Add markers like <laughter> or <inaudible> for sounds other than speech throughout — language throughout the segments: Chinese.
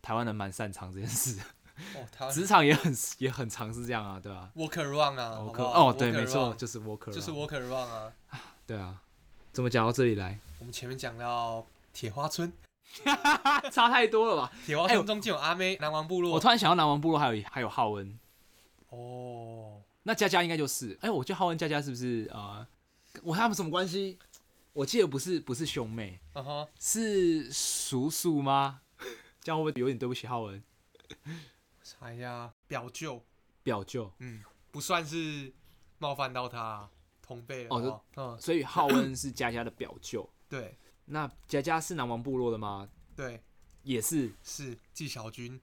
台湾人蛮擅长这件 <laughs> 事的，哦，台湾职场也很也很常是这样啊，对吧、 work around 啊，啊好？可不好哦，对， Work 没错， around，就是 worker，就是 work around 啊。对啊，怎么讲到这里来？ <laughs> 我们前面讲到铁花村，差太多了吧？铁花哎我村中间有阿妹、南王部我落突，然想到南王部落还有还有浩恩，哦，那佳佳应该就是，哎、我觉得浩恩佳佳是不是呃，我他们什么关系？我记得不是不是兄妹，啊哈，是叔叔吗？ <laughs> 这样会不会有点对不起浩恩查一下表舅，表舅？嗯，不算是冒犯到他同辈了，哦好不好嗯，所以浩恩是佳佳的表舅。对那佳佳是南王部落的吗？对，也是，是纪晓君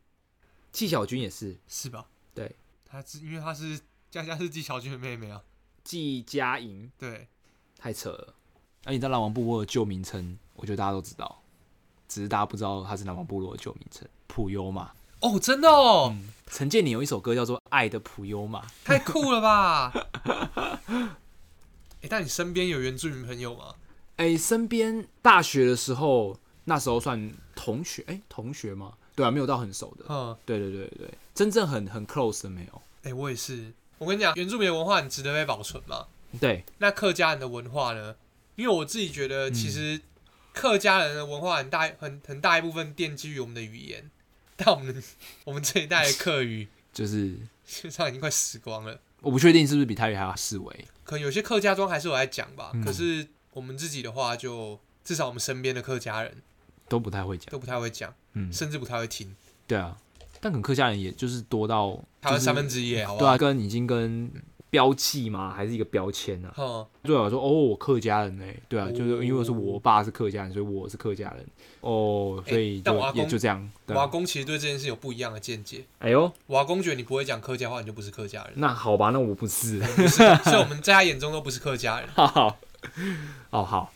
纪晓君也是，是吧？对，他是因为他是佳佳是纪晓君的妹妹啊，纪佳莹对，太扯了。那、你知道南王部落的旧名称？我觉得大家都知道，只是大家不知道它是南王部落的旧名称——普悠玛。哦，真的哦，陈建宁有一首歌叫做《爱的普悠玛》，太酷了吧！ <laughs> 哎、但你身边有原住民朋友吗？哎、身边大学的时候，那时候算同学，哎、同学吗？对啊，没有到很熟的。嗯，对对对对，真正很很 close 的没有。哎、我也是。我跟你讲，原住民的文化很值得被保存嘛。对，那客家人的文化呢？因为我自己觉嗯得，其实客家人的文化很大很很大一部分奠基于我们的语言，但我们我们这一代的客语就是基本上已经快死光了。我不确定是不是比泰语还要四维。可能有些客家庄还是有在讲吧，嗯可是我们自己的话就，至少我们身边的客家人都不太会讲。都不太会讲，嗯，甚至不太会听，对啊，但可能客家人也就是多到台湾三分之之一耶，好不对好？啊，跟已经跟标记吗？还是一个标签啊？哼，对我来说，哦，我客家人哎、对啊，哦就是因为是我爸是客家人，所以我是客家人哦，所以哎但就、我阿公也就这样。对瓦啊，工其实对这件事有不一样的见解。哎呦，瓦工觉得你不会讲客家话，你就不是客家人，那好吧，那我不是， <laughs> 不 <laughs> 是，所以我们在他眼中都不是客家人。好好，哦好，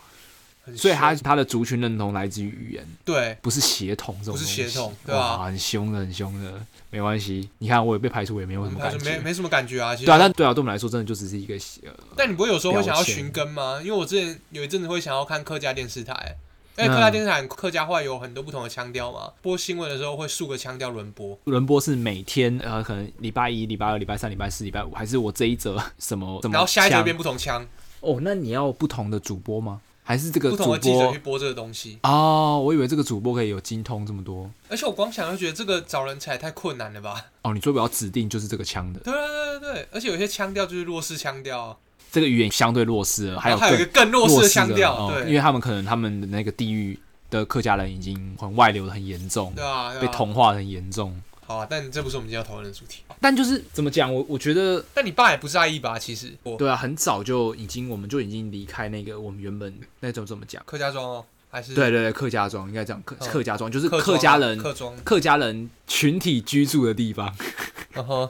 很所以他凶他的族群认同来自于语言，对不是血统这种不东是西，血统对啊哇很凶的，很凶的，没关系。你看我也被排除，也没有我什们么还感是觉。没没什么感觉啊。其实对啊，但对啊，对我们来说，真的就只是一个呃，但你不会有时候会想标要签寻根吗？因为我之前有一阵子会想要看客家电视台，因为嗯客家电视台客家话有很多不同的腔调嘛，播新闻的时候会数个腔调轮播。轮播是每天呃，可能礼拜一、礼拜二、礼拜三、礼拜四、礼拜五，还是我这一则 <laughs> 什么什么？然后下一周项变不同腔，哦，那你要不同的主播吗？还是这个不同主的记者播去？播这个东西，哦，我以为这个主播可以有精通这么多。而且我光想就觉得这个找人才太困难了吧？哦，你最不要指定就是这个腔的，对对对对对，而且有些腔调就是弱势腔调啊，这个语言相对弱势了，还然有后哦还有一更个更弱势弱的势腔调，哦对，因为他们可能他们的那个地域的客家人已经很外流的很严重，对啊，对啊被同化的很严重。好啊，但这不是我们今天要讨论的主题。但就是怎么讲，我我觉得但你爸也不在意吧？其实我对啊，很早就已经我们就已经离开那个我们原本那种怎么讲？客家庄哦，还是对对对，客家庄应该这样，客嗯客家庄就是客客家庄啊人客庄，客家人群体居住的地方。然后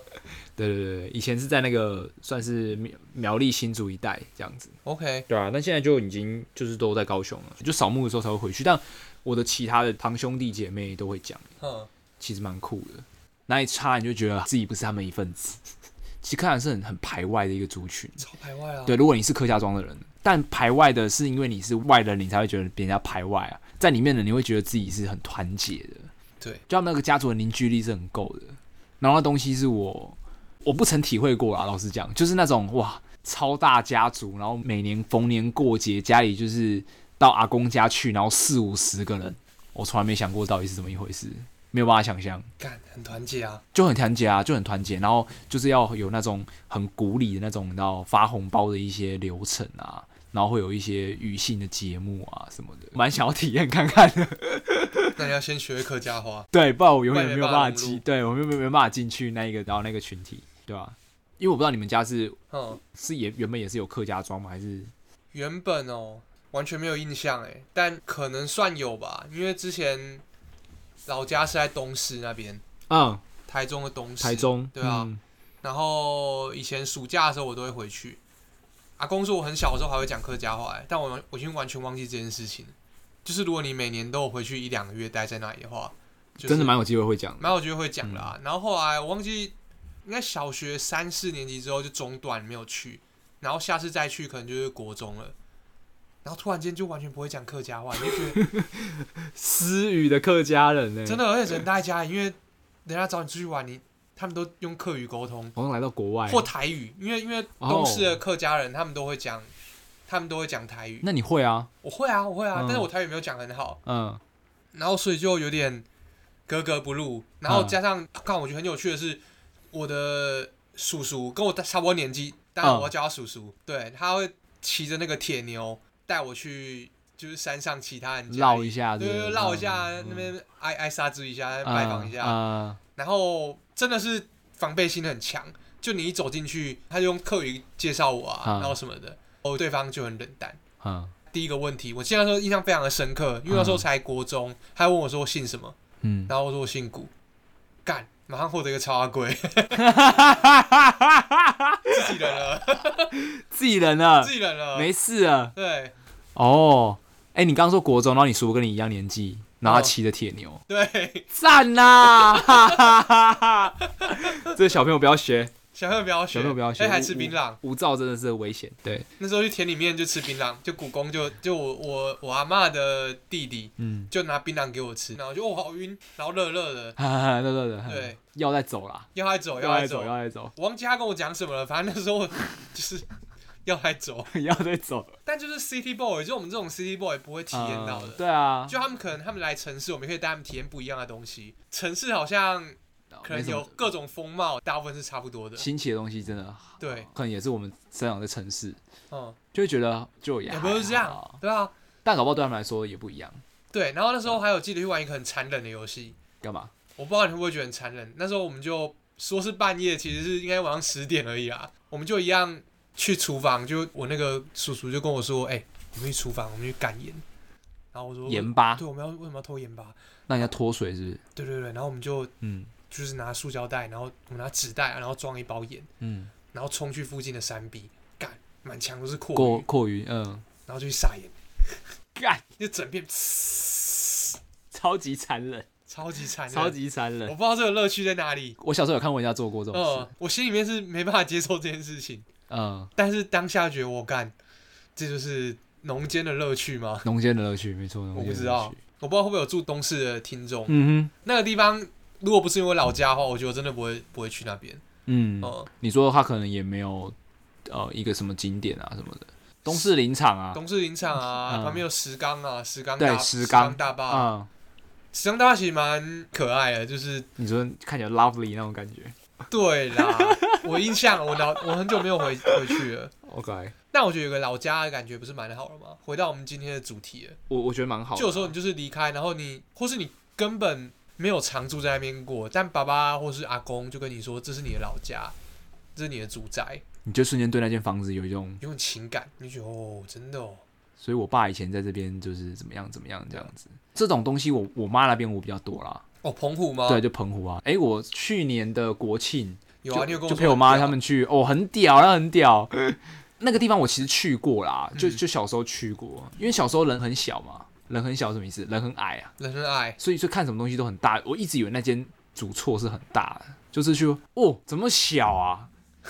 对对对对，以前是在那个算是苗苗栗新竹一带这样子。 OK，对啊，但现在就已经就是都在高雄了，就扫墓的时候才会回去。但我的其他的堂兄弟姐妹都会讲，嗯，其实蛮酷的。那一插你就觉得自己不是他们一份子，其实看来是很很排外的一个族群。超排外啊，对，如果你是客家庄的人，但排外的是因为你是外人，你才会觉得别人家排外啊。在里面的你会觉得自己是很团结的，对，就他们那个家族的凝聚力是很够的。然后那东西是我我不曾体会过啊，老实讲，就是那种哇超大家族，然后每年逢年过节家里就是到阿公家去，然后四五十个人，我从来没想过到底是怎么一回事，没有办法想象。干很团结啊，就很团结啊，就很团结，然后就是要有那种很鼓励的那种，你知道发红包的一些流程啊，然后会有一些语性的节目啊什么的，蛮想要体验看看的。 <laughs> 那你要先学会客家话，对，不然我永远不没然没有办办法法融 <laughs> 入进，对我没有没有办法进去那一个，然后那个群体，对吧、因为我不知道你们家是嗯，是也原本也是有客家庄吗？还是原本哦完全没有印象哎，但可能算有吧，因为之前老家是在东市那边，嗯，台中的东市，台，中对啊嗯然后以前暑假的时候我都会回去。阿公说我很小的时候还会讲客家话欸，但我完我已经完全忘记这件事情了。就是如果你每年都有回去一两个月待在那里的话，就是、真的蛮有机会会讲的。蛮有机会会讲的啊。然后后来我忘记，应该小学三四年级之后就中断没有去，然后下次再去可能就是国中了。然后突然间就完全不会讲客家话，你就觉得私语的客家人呢、欸真的，而且人待在家里，因为人家找你出去玩，你他们都用客语沟通好像来到国外或，台语，因为因为东市的客家人他们都会讲，他们都会讲台语。那你会啊？我会啊，我会啊，嗯但是我台语没有讲很好，嗯，然后所以就有点格格不入。然后加上，看、我觉得很有趣的是，我的叔叔跟我差不多年纪，但嗯我要叫他叔叔，对，他会骑着那个铁牛带我去，就是山上其他人家里绕一下嗯对不对，绕一下、那边挨挨杀之一啊下，拜访一下，嗯然后真的是防备心很强，就你一走进去，他就用客语介绍我啊，嗯然后什么的，哦，对方就很冷淡。嗯第一个问题，我记得那时候印象非常的深刻，因为那时候才国中，他还问我说我姓什么，嗯，然后我说我姓古，干，马上获得一个超阿 <laughs> 龟，自己人了，自己人了自，己人了，啊没事了。对哦，哎、你刚刚说国中，然后你叔叔跟你一样年纪，然后他哦骑着铁牛，对，赞啦！哈哈哈哈 <laughs> 这小朋友不要学，小朋友不要啊学，小朋友不要学嗯哎，还吃槟榔，无照真的是危险。对，那时候去田里面就吃槟榔，就古公就就我我我阿嬷的弟弟嗯，就拿槟榔给我吃，然后我就哦好晕，然后热热的，哈哈哈，对对对，对，嗯哦要再走啦，要他走，要他再走，要再走，我忘记他跟我讲什么了，反正那时候就是要他走，要再走， <laughs> 但就是 City Boy，就我们这种 City Boy 不会体验到嗯的。对啊，就他们可能他们来城市，我们可以带他们体验不一样的东西。城市好像哦没可能什么有各种风貌，大部分是差不多的。新奇的东西，真的对，可能也是我们生长的城市，嗯，就会觉得就哦也也不是这还样好，对啊，啊但搞不好对他们来说也不一样。对。然后那时候还有记得去玩一个很残忍的游戏，干嘛？我不知道你会不会觉得很残忍。那时候我们就说是半夜，其实是应该晚上十点而已啊。我们就一样去厨房，就我那个叔叔就跟我说：“哎、我们去厨房，我们去赶盐。”然后我说：“盐巴对，我们要为什么要偷盐巴让人家脱水是不是？？”对对对，然后我们就嗯就是拿塑胶袋，然后我们拿纸袋，然后装一包盐，嗯，然后冲去附近的山壁，干，满墙都是阔过鱼，过于嗯，然后就去撒盐，干，就整片，嘶超级残忍，超级残忍，超，级残我忍。不知道这个乐趣在哪里。我小时候有看过人家做过这种嗯事，，我心里面是没办法接受这件事情。嗯，但是当下觉得我干，这就是农间的乐趣吗？农间的乐趣没错，农我间不的知乐道趣。，我不知道会不会有住东市的听众。嗯那个地方如果不是因为我老家的话，我觉得我真的不会不会去那边。哼，嗯，哦、你说他可能也没有呃一个什么景点啊什么的，东市林场啊，东市林场啊，嗯旁边有石冈啊，石冈对大石石冈大坝，啊嗯，石冈大坝其实蛮可爱的，就是你说看起来 lovely 那种感觉。对啦， <laughs> 我印象我老我很久没有回回去了。 OK，但我觉得有个老家的感觉不是蛮好的吗？回到我们今天的主题了。我我觉得蛮好的啊，就有时候你就是离开，然后你或是你根本没有常住在那边过，但爸爸或是阿公就跟你说这是你的老家，这是你的主宅，你就瞬间对那间房子有一种，有种情感，你就觉得哦，真的哦，所以我爸以前在这边就是怎么样怎么样这样子。这种东西我我妈那边我比较多啦，哦，澎湖吗？对，，就澎湖啊。诶，我去年的国庆有啊，你有就跟就我陪我妈他们去，哦，很屌，那很 <laughs> 屌。那个地方我其实去过啦，就嗯就小时候去过，因为小时候人很小嘛，人很小是什么意思？人很矮啊，人很爱，所以就看什么东西都很大。我一直以为那间主错是很大的，就是去哦，怎么小啊？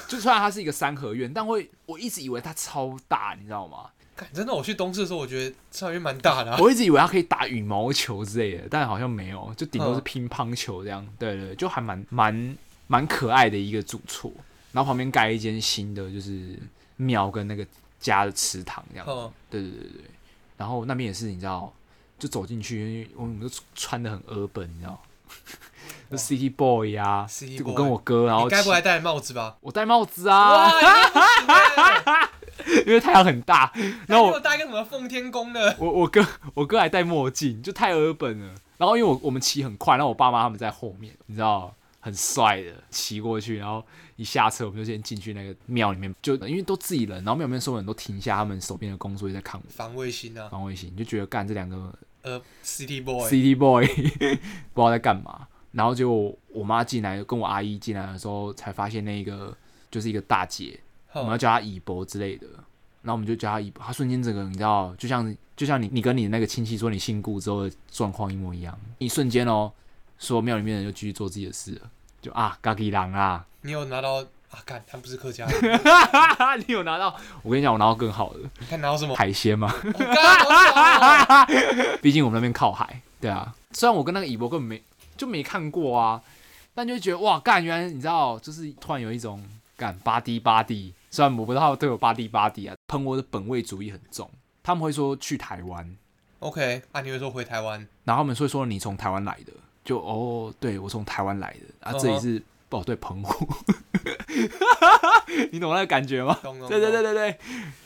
就虽然它是一个三合院，但会我一直以为它超大，你知道吗？干真的，我去东市的时候，我觉得上面蛮大的、 <laughs> 啊，我一直以为它可以打羽毛球之类的，但好像没有，就顶多是嗯乒乓球这样。对对对，就还蛮蛮蛮可爱的一个主厝，然后旁边盖一间新的就是庙跟那个家的祠堂这样。嗯，对对对对对，然后那边也是你知道，就走进去，因为我们都穿的很 urban，你知 <laughs> 道，就 City Boy 啊 City 就我 boy 跟我哥，然后哦你该不骑会还戴帽子吧？我戴帽子 <laughs> 啊，哇，你真的不行欸 <laughs> 因为太阳很大，然那后你有我戴个什么奉天宫的？我我哥我哥还戴墨镜，就太 urban 了。然后因为我我们骑很快，然后我爸妈他们在后面，你知道。很帅的骑过去，然后一下车我们就先进去那个庙里面，就因为都自己人，然后庙里面所有人都停下他们手边的工作，也在看我防卫心啊，防卫心，就觉得干这两个呃，City Boy， City Boy <laughs> 不知道在干嘛。然后就我妈进来，跟我阿姨进来的时候，才发现那个就是一个大姐，我们要哼叫她姨伯之类的。然后我们就叫她姨伯，她瞬间整个你知道，就像就像你你跟你那个亲戚说你姓顾之后的状况一模一样，一瞬间哦，所有庙里面的人就继续做自己的事了，就啊嘎吉狼啊，你有拿到啊，干，他不是客家人， <laughs> 你有拿到？我跟你讲，我拿到更好的看拿 <laughs> 到什么？海鲜嘛，我干，好爽哦毕竟我们那边靠海，对啊。虽然我跟那个蚁博根本没就没看过啊，但就觉得哇，干，原来你知道，就是突然有一种干巴迪巴迪，虽然我不知道对我巴迪巴迪啊，喷我的本位主义很重，他们会说去台湾， OK，啊，你会说回台湾？然后他们会说你从台湾来的，就哦，对我从台湾来的嗯啊，这里是、哦，对，澎湖， <laughs> 你懂那个感觉吗？懂懂对对对对懂对，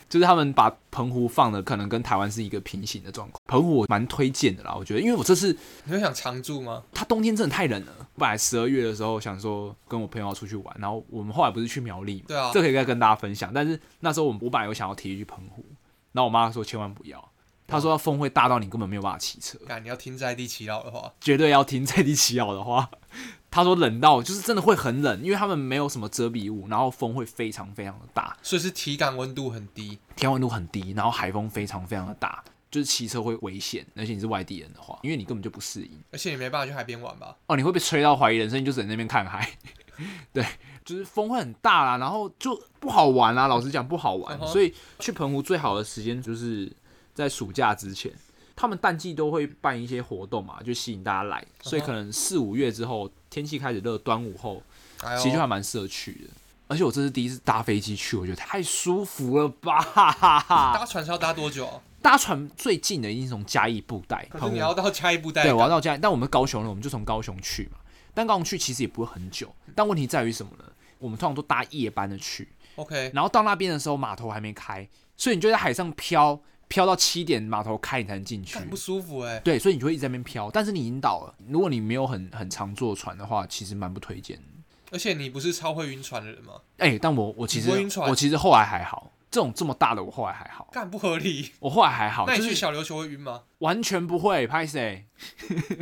就是他们把澎湖放的可能跟台湾是一个平行的状况。澎湖我蛮推荐的啦，我觉得，因为我这次你会想常住吗？它冬天真的太冷了。我本来十二月的时候想说跟我朋友要出去玩，然后我们后来不是去苗栗嘛，对啊这可以再跟大家分享。但是那时候我们我本来有想要提议去澎湖，然后我妈说千万不要，她说风会大到你根本没有办法骑车，干，你要听在地祈祷的话，绝对要听在地祈祷的话。 <laughs> 她说冷到就是真的会很冷，因为他们没有什么遮蔽物，然后风会非常非常的大，所以是体感温度很低。天温度很低，然后海风非常非常的大，就是骑车会危险，而且你是外地人的话，因为你根本就不适应而且你没办法去海边玩吧？哦，你会被吹到怀疑人生，你就只能在那边看海。 <laughs> 对，就是风会很大啦，然后就不好玩啦。老实讲，不好玩嗯哼所以去澎湖最好的时间就是在暑假之前。他们淡季都会办一些活动嘛，就吸引大家来，所以嗯哼可能四五月之后天气开始热，端午后哎呦，其实就还蛮适合去的。而且我这是第一次搭飞机去，我觉得太舒服了吧！搭船是要搭多久啊？搭船最近的一定是从嘉义布袋，可澎湖是你要到下一步带对，我要港，到嘉义，但我们高雄呢，我们就从高雄去嘛。但高雄去其实也不会很久，但问题在于什么呢？我们通常都搭夜班的去， OK，然后到那边的时候码头还没开，所以你就在海上漂，漂到七点码头开你才能进去。干不舒服哎、对，所以你就会一直在那边漂，但是你引导了，如果你没有很很常坐船的话，其实蛮不推荐的。而且你不是超会晕船的人吗？哎、但我我其实你不会晕船我其实后来还好，这种这么大的我后来还好，干不合理。我后来还好，那就你去是小琉球会晕吗？完全不会拍谁，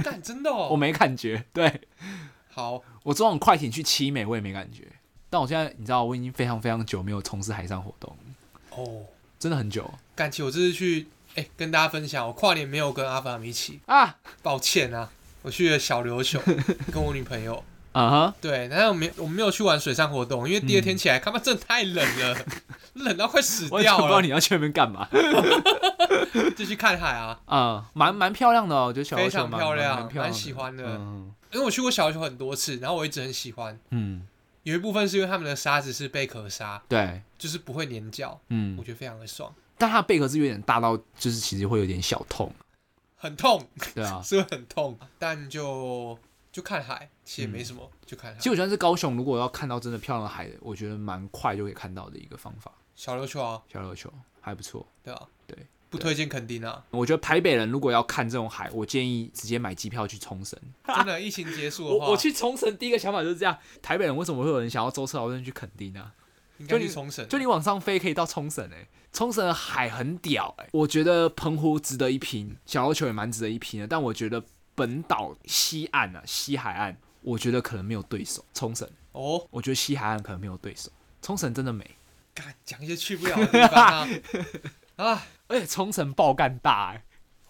干真的我哦。没感觉，对。好，我这种快艇去七美我也没感觉，但我现在你知道，我已经非常非常久没有从事海上活动，哦，真的很久干其实我这次去，哎、跟大家分享，我跨年没有跟阿凡一起，啊。抱歉啊，我去了小琉球跟我女朋友。嗯哼，对，然后我没我们没有去玩水上活动，因为第二天起来，他妈真的太冷了，冷到快死嗯我也不知掉道了。你要去那边干嘛。就去看海啊，啊，蛮蛮漂亮的哦，我觉得小琉球非常蛮漂亮蛮漂亮蛮喜欢的嗯因为我去过小琉球很多次，然后我一直很喜欢。嗯，有一部分是因为他们的沙子是贝壳沙，对，就是不会粘胶，我嗯，觉得非常的爽，但它的贝壳是有点大到，就是其实会有点小痛，很痛，对 <laughs> 啊。是会很痛，但就就看海，其实也没嗯什么，就看海其。实我觉得是高雄，如果要看到真的漂亮的海，我觉得蛮快就可以看到的一个方法。小琉球啊，小琉球还不错，对啊，对，不推荐垦丁啊， <laughs> 我觉得台北人如果要看这种海，我建议直接买机票去冲绳。真的，疫情结束的话，啊我我去冲绳第一个想法就是这样，台北人为什么会有人想要舟车劳顿去垦丁呢、应就该你去冲绳，就你往上飞可以到冲绳哎，冲绳的海很屌哎、我觉得澎湖值得一拼，小琉球也蛮值得一拼的，但我觉得本岛西岸啊，西海岸，我觉得可能没有对手。冲绳，哦，我觉得西海岸可能没有对手，冲绳真的美，干讲一些去不了的地方啊，啊，而且冲绳爆干大哎、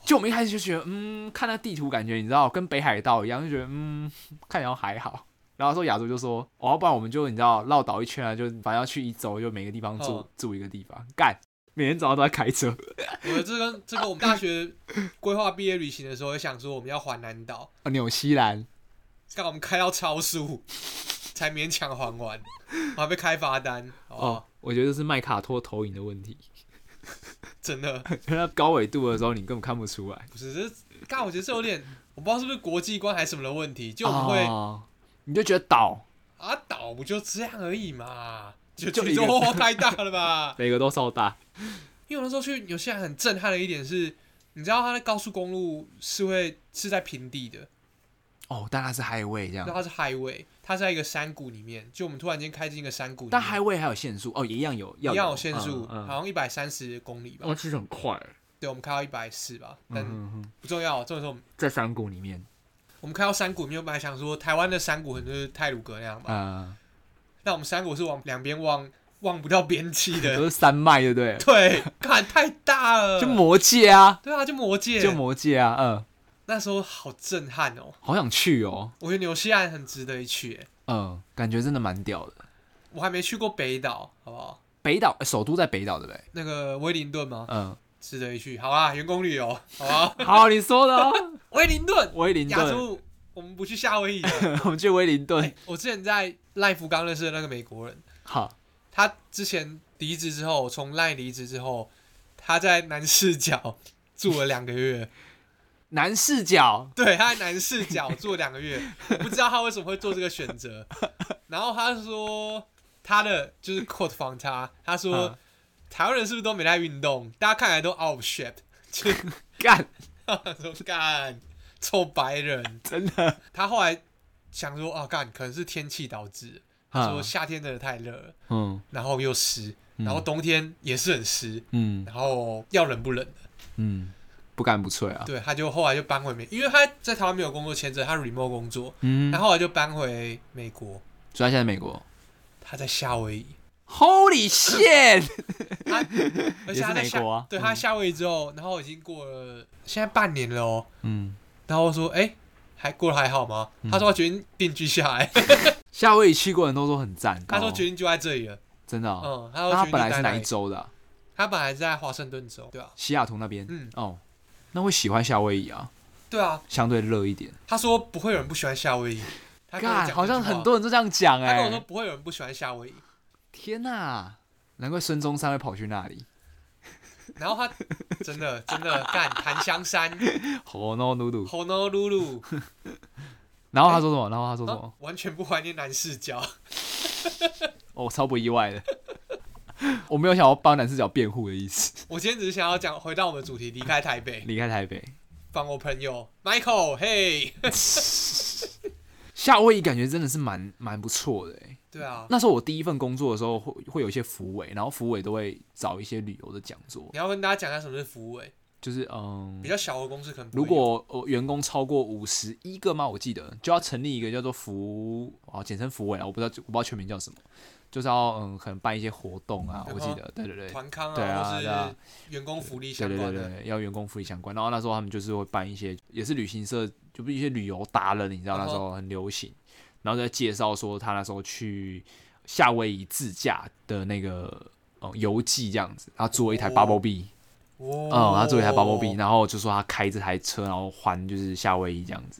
就我们一开始就觉得，嗯，看那地图感觉，你知道，跟北海道一样，就觉得，嗯，看起来还好。然后说亚洲就说，哦，不然我们就你知道绕岛一圈啊，就反正要去一周，就每个地方住、嗯住一个地方，干，每天早上都在开车。 <laughs> <laughs> 我的这跟这个我们大学规划毕业旅行的时候，也想说我们要环南岛，啊纽西兰，刚我们开到超速，才勉强还完，我还被开罚单，哦哦，，我觉得是麦卡托投影的问题， <laughs> 真的。它高纬度的时候你根本看不出来。不是，这干，我觉得这有点，我不知道是不是国际观还是什么的问题，就我们会、哦你就觉得岛啊，岛不就这样而已嘛，就就就一个落太大了吧？每个都超大，因为我那时候去纽西兰很震撼的一点是，你知道它的高速公路是会是在平地的，哦，但它是 highway 这然样，后它是 highway，它在一个山谷里面，就我们突然间开进一个山谷里但面， highway 还有限速哦，一样有，要一样有限速，嗯嗯好像一百三十公里吧，哦，其实很快，对，我们开到一百四吧，但嗯嗯嗯不重要，重点是我们在山谷里面，我们开到山谷里面，我们还想说台湾的山谷可能就是泰鲁格那样吧，呃，那我们山谷是往两边望望不到边际的呃都，是山脉，对不对？ <laughs> 对，看太大了，嗯就魔界啊，对啊，就魔界，就魔界啊，嗯，那时候好震撼哦，好想去哦，呃我觉得纽西兰很值得一去耶，欸嗯，感觉真的蛮屌的。我还没去过北岛，好不好？北岛、呃首都在北岛对不对？那个威灵顿吗？ <laughs> 嗯，值得一去。好啊，员工旅游，<laughs> 好啊。好，你说 <laughs> 的哦，威灵顿，威灵亚顿，洲，我们不去夏威夷了。 <laughs> 我们去威灵顿哎，我之前在赖福刚认识的那个美国人，好，他之前离职之后，从赖离职之后，他在南视角住了两个月，南视角，对，他在南视角住了两个月，不知道他为什么会做这个选择。然后他说他的就是 quote 访他，他说、嗯台湾人是不是都没在运动？大家看起来都 out of shape，就 <laughs> 干，说干臭白人。 <laughs> 真的，他后来想说啊干，可能是天气导致的，他说嗯夏天真的太热了。嗯，然后又湿，嗯然后冬天也是很湿，嗯然后要冷不冷的。嗯，不干不脆啊，对，他就后来就搬回美，因为他在台湾没有工作签证，他 remote 工作，嗯，他后来就搬回美国，所以他现在在美国他在夏威夷， ，Holy shit，他而且他也在是夏美国啊对，嗯他在夏威夷之后，然后已经过了现在半年了哦，嗯，然后我说哎、还过得还好吗？他说他决定定居下 <laughs> 来，夏威夷去过的人都说很赞，他说哦决定就在这里了，真的哦，嗯，他说那他决定本来待是哪那一里？州的啊？他本来在华盛顿州，对啊吧、西雅图那边，嗯，哦，那会喜欢夏威夷啊，对啊，相对热一点，他说不会有人不喜欢夏威夷，他跟我干，讲好这像句话很多人都这样讲啊他跟我哎说，不会有人不喜欢夏威夷，天哪、难怪孙中山会跑去那 <laughs> 里。然后他真的真的干檀 <laughs> 香山、哦 no 努努， Honolulu，然后他说什么？然后他说什么啊？完全不怀念南视角。哦，超不意外的。 <laughs> 我没有想要帮男视角辩护的意思。我今天只是想要讲，回到我们的主题，离开台北，离开台北， <laughs> 帮我朋友 Michael，嘿，夏威夷感觉真的是蛮蛮不错的哎。对啊，那时候我第一份工作的时候，会会有一些辅委，然后辅委都会找一些旅游的讲座，你要跟大家讲一下什么是服务、欸，就是嗯比，较小的公司可能不会如果呃员工超过五十一个吗？我记得就要成立一个叫做服啊，简称服委啊，我不知道我不知道全名叫什么，就是要嗯可能办一些活动啊，我记得，对对对有，嗯团康对啊或对啊是员工福利对相对关的，对对，要员工福利相关。然后那时候他们就是会办一些，也是旅行社，就不一些旅游达人，你知道嗯那哼时候很流行。然后在介绍说他那时候去夏威夷自驾的那个呃游记这样子，他租了一台哦 Bubble B，哦嗯，他租了一台 Bubble B，然后就说他开这台车，然后环就是夏威夷这样子。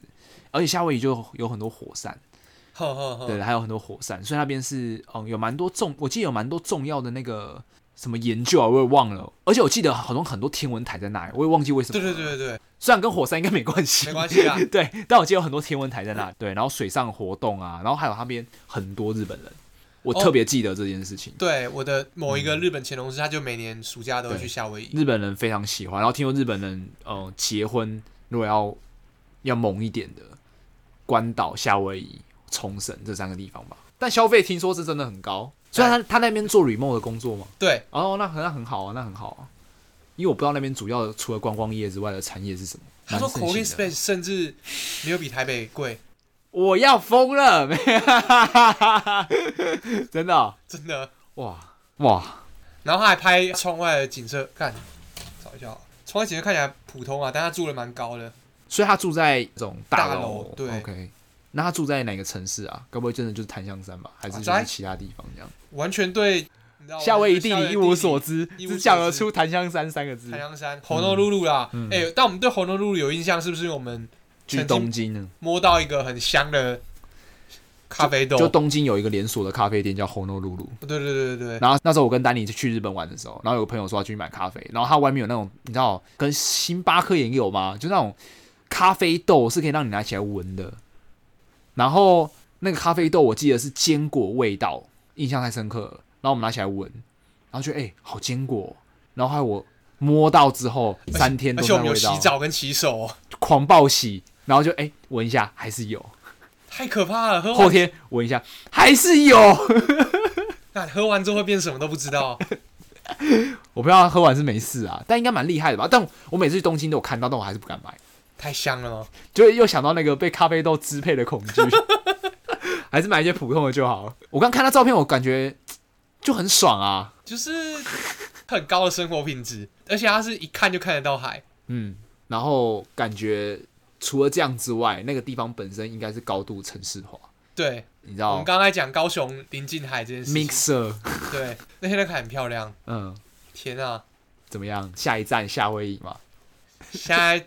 而且夏威夷就有很多火山， <laughs> 呵呵呵，对，还有很多火山，所以那边是嗯有蛮多重，我记得有蛮多重要的那个什么研究啊，我也忘了。而且我记得好像很多天文台在那里，我也忘记为什么。对对对对对，虽然跟火山应该没关系，，没关系啊对，但我记得有很多天文台在那里，对，然后水上活动啊，然后还有那边很多日本人，我哦特别记得这件事情，对，我的某一个日本前同事，他就每年暑假都会对去夏威夷，日本人非常喜欢，然后听说日本人呃结婚如果要要猛一点的，关岛、夏威夷、冲绳这三个地方吧，但消费听说是真的很高，虽然他他那边做 remote 的工作嘛，对，哦，那很那很好啊，那很好啊，因为我不知道那边主要的除了观光业之外的产业是什么。他说蛮盛行 Coffee 的 Space 甚至没有比台北贵，我要疯了，没有， <laughs> 真的哦、真的。哇哇，然后他还拍窗外的景色，看，找一下哦，窗外景色看起来普通啊，但他住的蛮高的，所以他住在这种大楼，楼对，OK，那他住在哪个城市啊？该不会真的就是檀香山吧，还是啊就在是其他地方这样？完全对，你知道夏威夷地理一无所知。知，一无所只知讲得出檀香山三个字太，阳山、红楼露露啦，哎、嗯但我们对红楼露露有印象，是不是因为我们去曾经东京呢？摸到一个很香的咖啡豆？就东京有一个连锁的咖啡店叫 Honolulu，对对对对对，然后那时候我跟丹尼去日本玩的时候，然后有个朋友说要去买咖啡，然后他外面有那种你知道跟星巴克也有吗？就那种咖啡豆是可以让你拿起来闻的，然后那个咖啡豆我记得是坚果味道，印象太深刻了。然后我们拿起来闻，然后觉得哎、好坚果哦、然后后来我摸到之后三天都而是且我那们个有味洗道，澡跟洗手、哦，狂暴洗，然后就哎闻、一下还是有，太可怕了。喝后完天闻一下还是有，那喝完之后会变什么都不知道。 <laughs> 我不知道他喝完是没事啊，但应该蛮厉害的吧？但我每次去东京都有看到，但我还是不敢买。太香了吗？就又想到那个被咖啡豆支配的恐 <laughs> 惧，还是买一些普通的就好。我刚看他照片，我感觉就很爽啊。就是很高的生活品质，而且它是一看就看得到海。嗯，然后感觉除了这样之外，那个地方本身应该是高度城市化，对，你知我道们刚才讲高雄临近海这件事情，mixer，对，那天那个很漂亮，嗯，天啊！怎么样？下一站夏威夷嘛，现在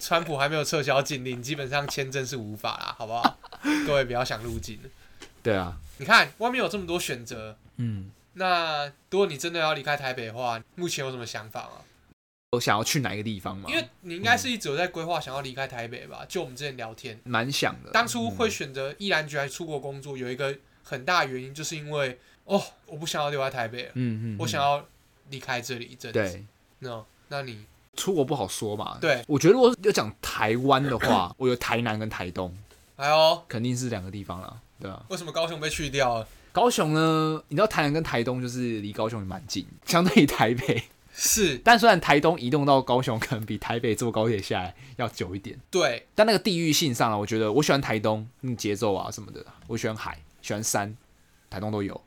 川普还没有撤销禁令，基本上签证是无法啦，好不 <laughs> 好？各位不要想入境。对啊，你看外面有这么多选择，嗯，那如果你真的要离开台北的话，目前有什么想法吗？我想要去哪一个地方嘛？因为你应该是一直有在规划想要离开台北嗯吧？就我们之前聊天，蛮想的，当初会选择毅然决然出国工作，有一个很大原因就是因为哦，我不想要留在台北了，嗯，嗯嗯，我想要离开这里一阵子。对。那那你出国不好说嘛，对，我觉得如果要讲台湾的话， <clears throat> 我有台南跟台东，还有肯定是两个地方啦，对啊。哎为什么高雄被去掉了？高雄呢，你知道台南跟台东就是离高雄也蛮近， <laughs> 相对于台北，是但虽然台东移动到高雄可能比台北坐高铁下来要久一点，对，但那个地域性上啊，我觉得我喜欢台东，嗯，节奏啊什么的，我喜欢海，喜欢山，台东都有。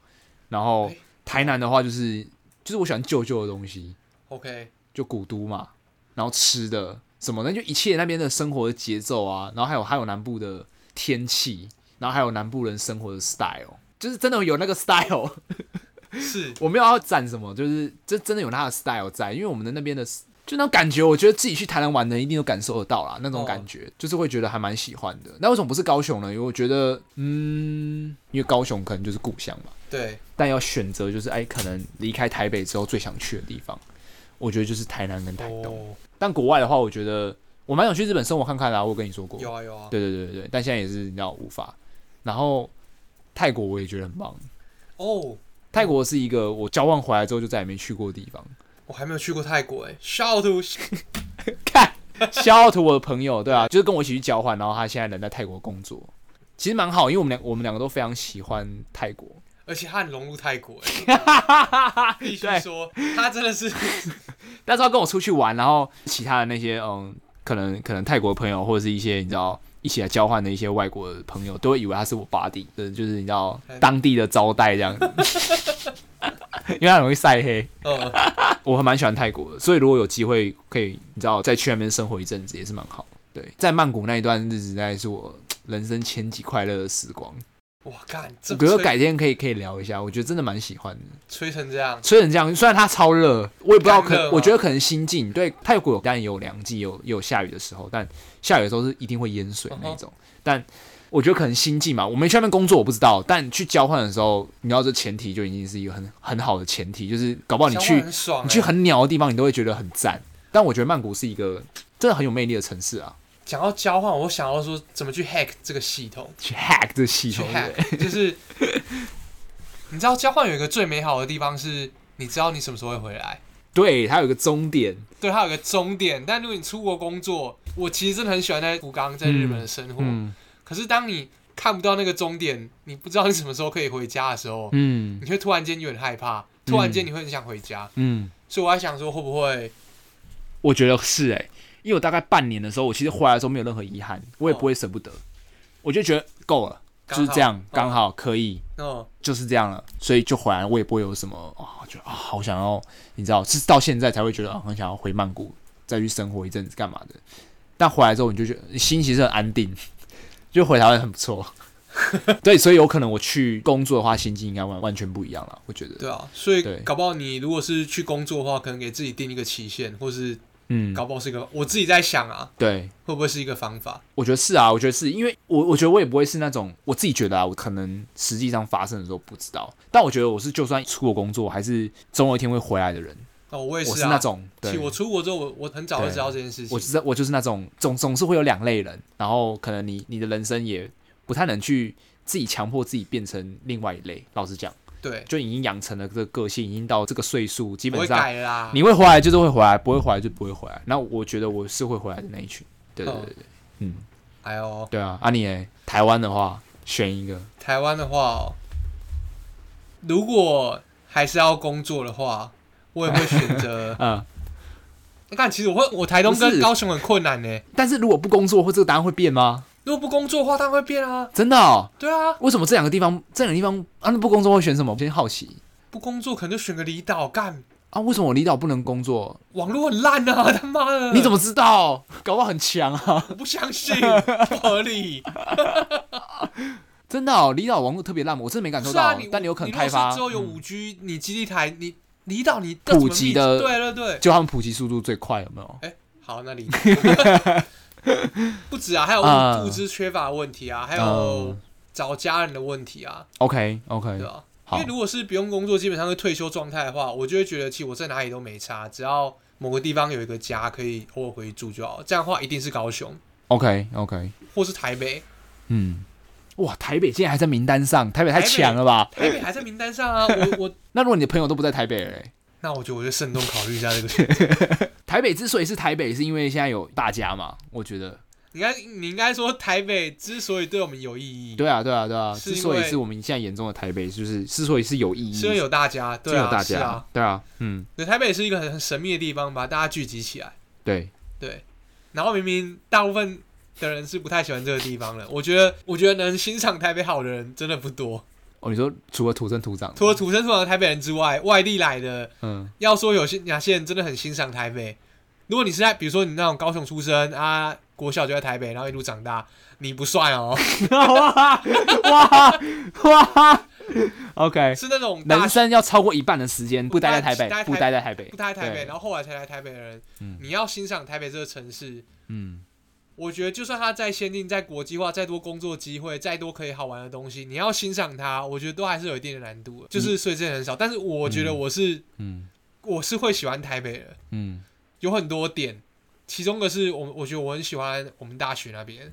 然后哎台南的话，就是就是我喜欢旧旧的东西， OK，就古都嘛，然后吃的什么呢？就一切那边的生活的节奏啊，然后还有还有南部的天气，然后还有南部人生活的 style，就是真的有那个 style。 <laughs> 是我没有要赞什么，就是这真的有他的 style 在，因为我们的那边的就那种感觉，我觉得自己去台南玩的人一定有感受得到啦，那种感觉、就是会觉得还蛮喜欢的。那为什么不是高雄呢？因为我觉得，嗯，因为高雄可能就是故乡嘛，对，但要选择就是哎，可能离开台北之后最想去的地方，我觉得就是台南跟台东。哦，但国外的话，我觉得我蛮想去日本生活看看啦、我跟你说过，有啊有啊，对对对对对，但现在也是你知道无法。然后泰国我也觉得很棒，哦，泰国是一个我交换回来之后就再也没去过的地方。我还没有去过泰国哎，笑都看肖图我的朋友，对啊，就是跟我一起去交换，然后他现在人在泰国工作，其实蛮好，因为我们两我们两个都非常喜欢泰国。而且他很融入泰国哎， <laughs> 必须对说他真的是但是他跟我出去玩，然后其他的那些嗯，可能可能泰国朋友或者是一些你知道一起来交换的一些外国的朋友，都会以为他是我 buddy，就是就是你知道当地的招待这样 <laughs> 子，因为他很容易晒黑。嗯我还蛮喜欢泰国的，所以如果有机会可以，你知道再去那边生活一阵子也是蛮好。对，在曼谷那一段日子，大概是我人生前几快乐的时光。哇干，我这觉得吹改天可以可以聊一下，我觉得真的蛮喜欢的。吹成这样，虽然这样，虽然它超热，我也不知道干热可吗，我觉得可能心境对泰国有当然也有凉季，也有也有下雨的时候，但下雨的时候是一定会淹水那一嗯种。但我觉得可能心境嘛，我没去那边工作，我不知道。但去交换的时候，你要这前提就已经是一个很很好的前提，就是搞不好你交换去很爽你欸，去很鸟的地方，你都会觉得很赞。但我觉得曼谷是一个真的很有魅力的城市啊，讲到交换，我想要说怎么去 hack 这个系统，去 hack 这系去统，对不对 hack 就是你知道交换有一个最美好的地方是，你知道你什么时候会回来。对，它有一个终点，对，它有个终点，但如果你出国工作，我其实真的很喜欢在福冈，在日本的生活。嗯可是当你看不到那个终点，你不知道你什么时候可以回家的时候，嗯你会突然间有点害怕，突然间你会很想回家。嗯，所以我还想说，会不会我觉得是哎、因为我大概半年的时候，我其实回来的时候没有任何遗憾，我也不会舍不得，我就觉得够了，就刚好是这样，哦刚嗯好可以。嗯就是这样了，所以就回来，我也不会有什么啊、觉得啊、好想要，你知道，是到现在才会觉得、啊很想要回曼谷再去生活一阵子干嘛的。但回来之后，你就觉得心其实很安定，就回台湾很不错。 <laughs> 对，所以有可能我去工作的话，心境应该完完全不一样了，我觉得。对啊？所以对搞不好你如果是去工作的话，可能给自己定一个期限，或是嗯，搞不好是一个我自己在想啊，对，会不会是一个方法？我觉得是啊，我觉得是因为我我觉得我也不会是那种我自己觉得啊，我可能实际上发生的时候不知道，但我觉得我是就算出国工作，还是总有一天会回来的人。哦，我也我是是啊。那种，对其实我出国之后，我我很早就对知道这件事情我。就是我就是那种总总是会有两类人，然后可能你你的人生也不太能去自己强迫自己变成另外一类。老实讲，对，就已经养成了这个个性，已经到这个岁数，基我本会上改啦。你会回来就是会回来，不会回来就不会回来。那我觉得我是会回来的那一群。对对对对，嗯，哎呦，对啊。啊你耶，台湾的话选一个，台湾的话、哦，如果还是要工作的话，我也会选择。嗯，但其实我会，我台东不跟是高雄很困难呢。但是如果不工作，或这个答案会变吗？如果不工作的话，当然会变啊。真的哦？对啊，为什么这两个地方这两个地方啊？那不工作会选什么？我先好奇不工作可能就选个离岛干。啊，为什么我离岛不能工作？网络很烂啊， <laughs> 他妈的！你怎么么知道？ <laughs> 搞不好很强啊！我不相信？不合理。真的哦，离岛网络特别烂吗，我真的没感受是到。啊，你但你有我可能你开若是发，之后有嗯五 G，你基地台你离岛你普要怎么及密的对对对，就他们普及速度最快，有没有？好，那里 <laughs> 不止啊，还有啊物物资缺乏的问题啊，还有嗯找家人的问题啊， ，OK 对 OK，吧、因好为，如果是不用工作，基本上是退休状态的话，我就会觉得其实我在哪里都没差，只要某个地方有一个家可以偶尔回去住就好。这样的话一定是高雄 OK OK，或是台 <laughs> 北，嗯，哇，台北竟然还在名单上，台北太台北强了吧？台北还在名单上啊。我我那如果你的朋友都不在台北嘞？那我觉得我就慎重考虑一下这个选择。台北之所以是台北，是因为现在有大家嘛？我觉得，你应该你应该说台北之所以对我们有意义，对啊，对啊，对啊。之是因所以为是我们现在眼中的台北，就是之所以是有意义，是因为有大家，是对因为啊，有大是家，啊，对啊，嗯，对，台北是一个很很神秘的地方，把大家聚集起来。对，对，然后明明大部分的人是不太喜欢这个地方的，我觉得，我觉得能欣赏台北好的人真的不多。哦，你说除了土生土长，除了土生土长的台北人之外，外地来的， <laughs> 嗯，要说有些哪些人真的很欣赏台北，如果你是在比如说你那种高雄出生啊，国小就在台北，然后一路长大，你不算哦，哇哇哇，OK，是那种大人生要超过一半的时间不待在台不待北，不待在台北不，待台北，对然后后来才来台北的人，嗯你要欣赏台北这个城市，嗯，我觉得就算它再先进、再国际化、再多工作机会、再多可以好玩的东西，你要欣赏它，我觉得都还是有一定的难度的，就是所以真的很少。但是我觉得我是、嗯我是会喜欢台北的，嗯， <laughs> 有很多点，其中一个是我我觉得我很喜欢我们大学那边。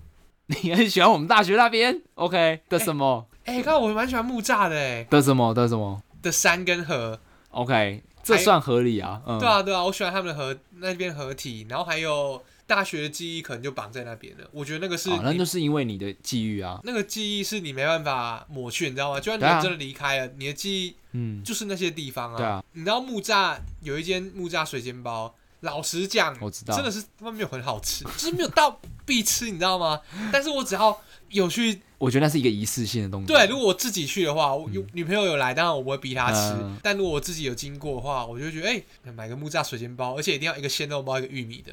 你很喜欢我们大学那边，OK 的什么哎、刚刚我蛮喜欢木栅的哎的什么的什么的山跟河， ，OK，这算合理啊，嗯，对，啊对啊，我喜欢他们的河那边合体，然后还有大学的记忆可能就绑在那边了。我觉得哦那个是好，那你就是因为你的际遇啊，那个记忆是你没办法抹去，你知道吗？就算你对啊真的离开了，你的记忆嗯，就是那些地方啊。对啊，你知道木栅有一间木栅水煎包，老实讲，我知道真，的是他妈没有很好 <laughs> 吃，就是没有到必吃，你知道吗？但是我只要有去，我觉得那是一个仪式性的东西，对，如果我自己去的话，我有女朋友有来，当然我不会逼她吃。嗯但如果我自己有经过的话，我就会觉得，哎、买个木栅水煎包，而且一定要一个鲜肉包，一个玉米的。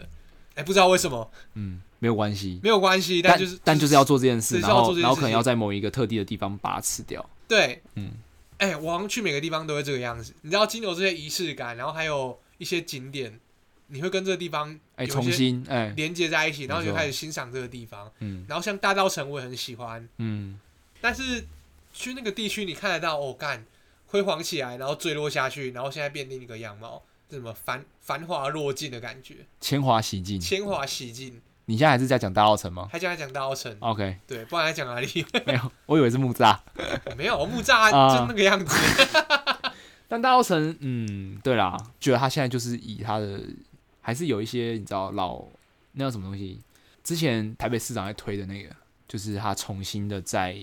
哎、不知道为什么，嗯，没有关系。没有关系，但就是但就是要做这件事，只是然要后做这件事情然后可能要在某一个特定的地方把它吃掉。对，嗯，哎、我好像去每个地方都会这个样子。你知道，经由这些仪式感，然后还有一些景点，你会跟这个地方哎，有重一些新哎，连接在一起，然后你就没错开始欣赏这个地方。嗯然后像大稻城，我也很喜欢，嗯，但是去那个地区，你看得到哦，干辉煌起来，然后坠落下去，然后现在变另一个样貌，这什么繁繁华落尽的感觉，铅华洗尽。铅华洗尽。你现在还是在讲大稻城吗 <laughs> 还讲还讲大稻城， ？OK， <laughs> 对，不然还讲哪里？没有，我以为是木栅。没有木栅啊就那个样子。但大稻城，嗯，对啦，觉得他现在就是以他的，还是有一些你知道老那叫什么东西？之前台北市长在推的那个，就是他重新的再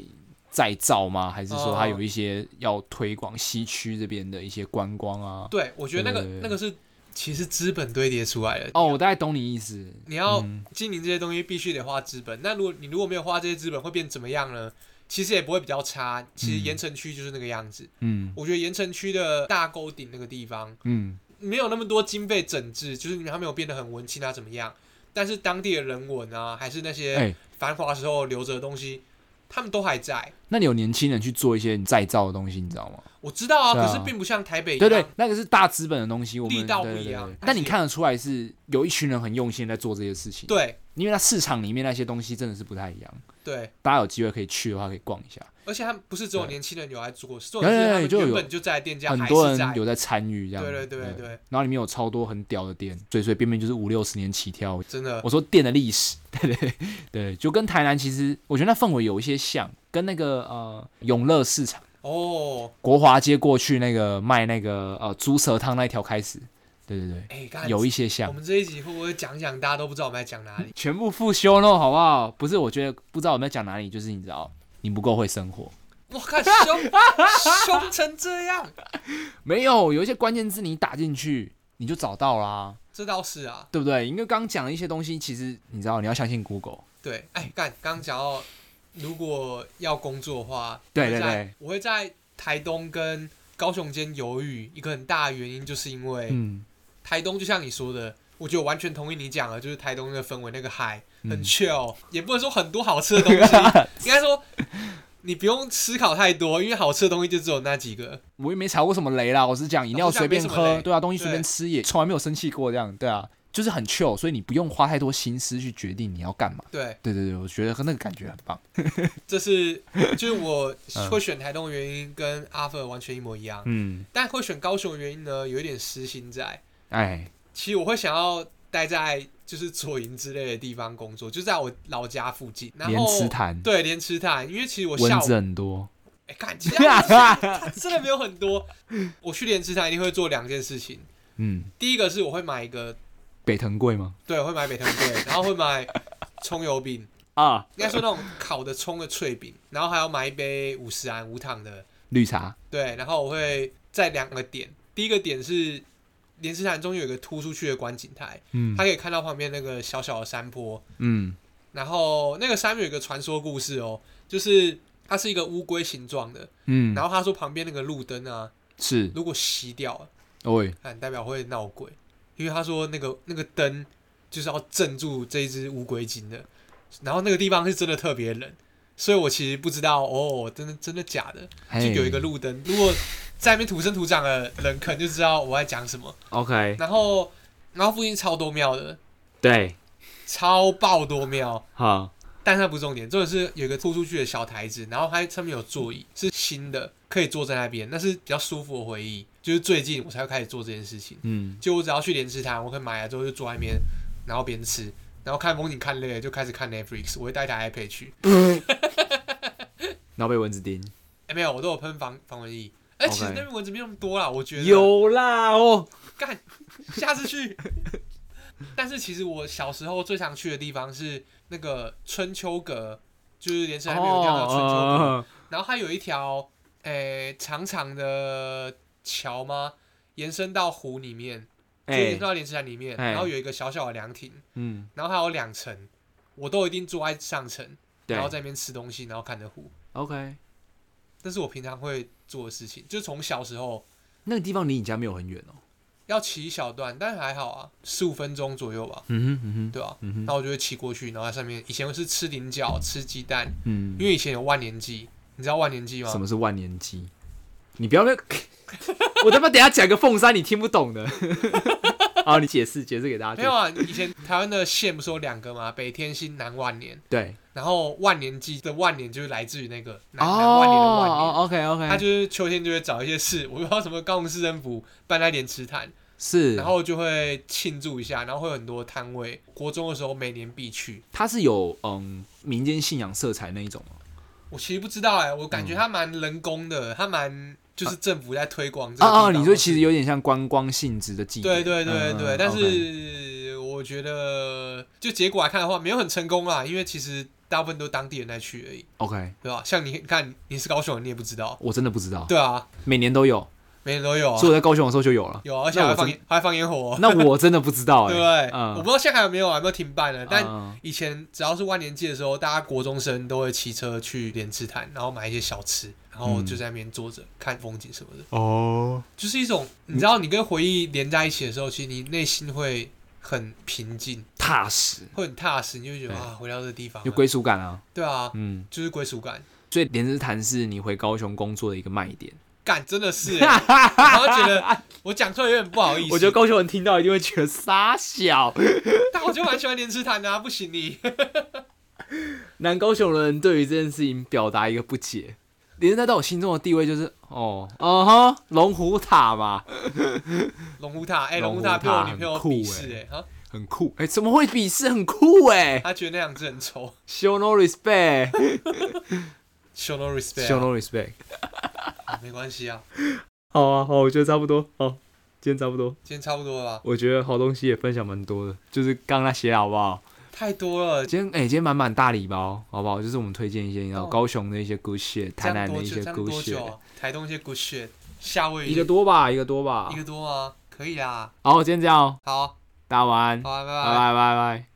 再造吗？还是说他哦有一些要推广西区这边的一些观光啊？对，我觉得那个对对对那个是其实资本堆叠出来的。哦，我大概懂你意思。你要嗯经营这些东西必须得花资本。那如果你如果没有花这些资本，会变怎么样呢？其实也不会比较差。其实嗯盐城区就是那个样子。嗯我觉得盐城区的大沟顶那个地方嗯没有那么多经费整治，就是它没有变得很文青啊怎么样？但是当地的人文啊，还是那些哎繁华时候留着的东西，他们都还在。那你有年轻人去做一些你再造的东西，你知道吗？我知道啊，对啊可是并不像台北一对对样，，那个是大资本的东西，我们力道不对对一对样对而但你且看得出来是有一群人很用心在做这些事情，，对因为它市场里面那些东西真的是不太一样。对，大家有机会可以去的话，可以逛一下，而且他们不是只有对年轻人有来做，是重对点对是对他们就原有本就在的店家很还多是人在。有在参与这样。对对对对。对，然后里面有超多很屌的店，随随便便就是五六十年起跳。真的我说店的历史， <laughs> 对对对对，就跟台南其实我觉得那氛围有一些像，跟那个呃永乐市场。哦。国华街过去那个卖那个呃猪舌汤那一条开始，对对对，哎，干有一些像我，们这一集会不会讲讲大家都不知道我们在讲哪里？全部复修喽，好不好？不是，我觉得不知道我们在讲哪里，就是你知道，你不够会生活。我靠，凶凶成这样，没有，有一些关键字你打进去，你就找到啦，这倒是啊。对不对？因为刚讲的一些东西，其实你知道，你要相信 Google。对，哎，干，刚刚讲到，如果要工作的话，对我会对在对，我会在台东跟高雄间犹豫，一个很大的原因就是因为嗯，台东就像你说的。我觉得我完全同意你讲的，就是台东那个氛围，那个海很嗯 <laughs> chill，、也不能说很多好吃的东西，应该说你不用思考太多，因为好吃的东西就只有那几个。我也没踩过什么雷啦，我是讲饮料我是讲随便没什么喝，雷对啊，东西随对便吃也从来没有生气过这样，对啊，就是很 chill，所以你不用花太多心思去决定你要干嘛。对，对对对，我觉得那个感觉很棒。这是就是我嗯会选台东的原因跟阿芬完全一模一样，嗯，但会选高雄的原因呢，有一点私心在。哎，其实我会想要待在就是左营之类的地方工作，就在我老家附近。然莲后池潭对莲池潭，因为其实我蚊下午子很多，哎，看其实 <laughs> 它真的没有很多。我去莲池潭一定会做两件事情，嗯，第一个是我会买一个，北藤贵吗？对，我会买北藤贵，然后会买葱油饼，啊，应该说那种烤的葱的脆饼，然后还要买一杯五十安无糖的，绿茶，对，然后我会在两个点，第一个点是莲池潭中有一个突出去的观景台，嗯它可以看到旁边那个小小的山坡，嗯，然后那个山有一个传说故事哦，就是它是一个乌龟形状的，嗯然，后他说旁边那个路灯啊，是，哦如果熄掉了，喂，很代表会闹鬼，因为他说那个那个灯就是要镇住这一只乌龟精的，然后那个地方是真的特别冷，所以我其实不知道哦，真的真的假的，就嘿有一个路灯，如果在那边土生土长的人，可能就知道我在讲什么。 ，OK，然后，然后附近超多庙的，对，超爆多庙，好，但它不是重点，重点是有一个突出去的小台子，然后它上面有座椅，是新的，可以坐在那边，那是比较舒服的回忆。就是最近我才会开始做这件事情，嗯，就我只要去莲池潭，我可以买了之后就坐在那边，然后边吃，然后看风景看累了就开始看 Netflix，我会带一台 iPad 去。然后被蚊子叮，哎、没有，我都有喷防防蚊液。哎、其实 OK 那边蚊子没那么多啦，我觉得有啦哦，干，下次去。 <laughs> 但是其实我小时候最常去的地方是那个春秋阁，就是连城还没有一条叫春秋阁，哦，然后它有一条诶、长长的桥吗？延伸到湖里面，就延哎伸，到连城里面，哎然后有一个小小的凉亭，嗯，然后还有两层，我都一定坐在上层，对然后在那边吃东西，然后看着湖。 ，OK，这是我平常会做的事情，就从小时候那个地方离你家没有很远哦，要骑一小段，但还好啊，十五分钟左右吧，嗯哼，嗯哼，对吧、嗯然哼，后我就会骑过去，然后在上面。以前我是吃菱角、吃鸡蛋，嗯，因为以前有万年鸡，你知道万年鸡吗什？么是万年鸡？你不要那， <laughs> 我他妈等一下讲个凤山你听不懂 <laughs> 的。 <laughs> 好，你解释解释给大家没听有。啊，以前台湾的县不是有两个吗？北天星、南万年。对，然后万年鸡的万年就是来自于那个哦哎南南万年的万年， ，OK 他 OK，就是秋天就会找一些事，我不知道什么高雄市政府办在莲池潭，是，然后就会庆祝一下，然后会有很多摊位。国中的时候每年必去，它是有嗯民间信仰色彩那一种吗？我其实不知道哎、我感觉它蛮人工的，它蛮就是政府在推广这个啊地方。啊，你说其实有点像观光性质的祭典，对对对嗯对，嗯但 OK 是我觉得就结果来看的话，没有很成功啦，因为其实大部分都当地人在去而已， OK，对吧？像你你看，你是高雄人，你也不知道，我真的不知道，对啊，每年都有，每人都有啊所以，我在高雄的时候就有了，有啊，而且还那会我放真烟还会放烟火哦，那我真的不知 <laughs> 道对哎不，对？嗯我不知道现在还有没有啊，有没有停办了，但。嗯以前只要是万年祭的时候，大家国中生都会骑车去莲池潭，然后买一些小吃，然后就在那边坐着、看风景什么的，哦，就是一种你知道，你跟回忆连在一起的时候，其实你内心会很平静，踏实会很踏实，你就会觉得对啊，回到这地方有了，归属感啊，对啊，嗯，就是归属感，所以莲之潭是你回高雄工作的一个卖点。干真 <laughs> 的是欸，我好像觉得我讲出来有点不好意思，我觉得高雄人听到一定会觉得傻小，但我就蛮喜欢莲池潭的、啊，不行 <laughs> 你，南高雄人对于这件事情表达一个不解。莲之潭在我心中的地位就是，哦，哦哈，龙虎塔嘛，龙湖塔，哎、龙龙湖湖塔塔被我女朋友很酷鄙视、欸哎、啊，很酷。哎、怎么会鄙视？很酷哎、她觉得那样子很丑 Show no <laughs> respect，Show ，show no respect，啊、 no respect。啊没关系啊，好啊，好，我觉得差不多，好，今天差不多。今天差不多了吧，我觉得好东西也分享蛮多的，就是刚刚那些好不好？太多了，今天哎、今天满满大礼包，好不好？就是我们推荐一些，然后哦高雄的一些 good shit，这台样南的多一久？些这样 good 多 shit，久啊？台东一些 good shit，夏威夷一个多吧，一个多吧一。个多啊，可以啦，好，今天这样哦，好，大家晚安，好啊，拜拜拜拜拜。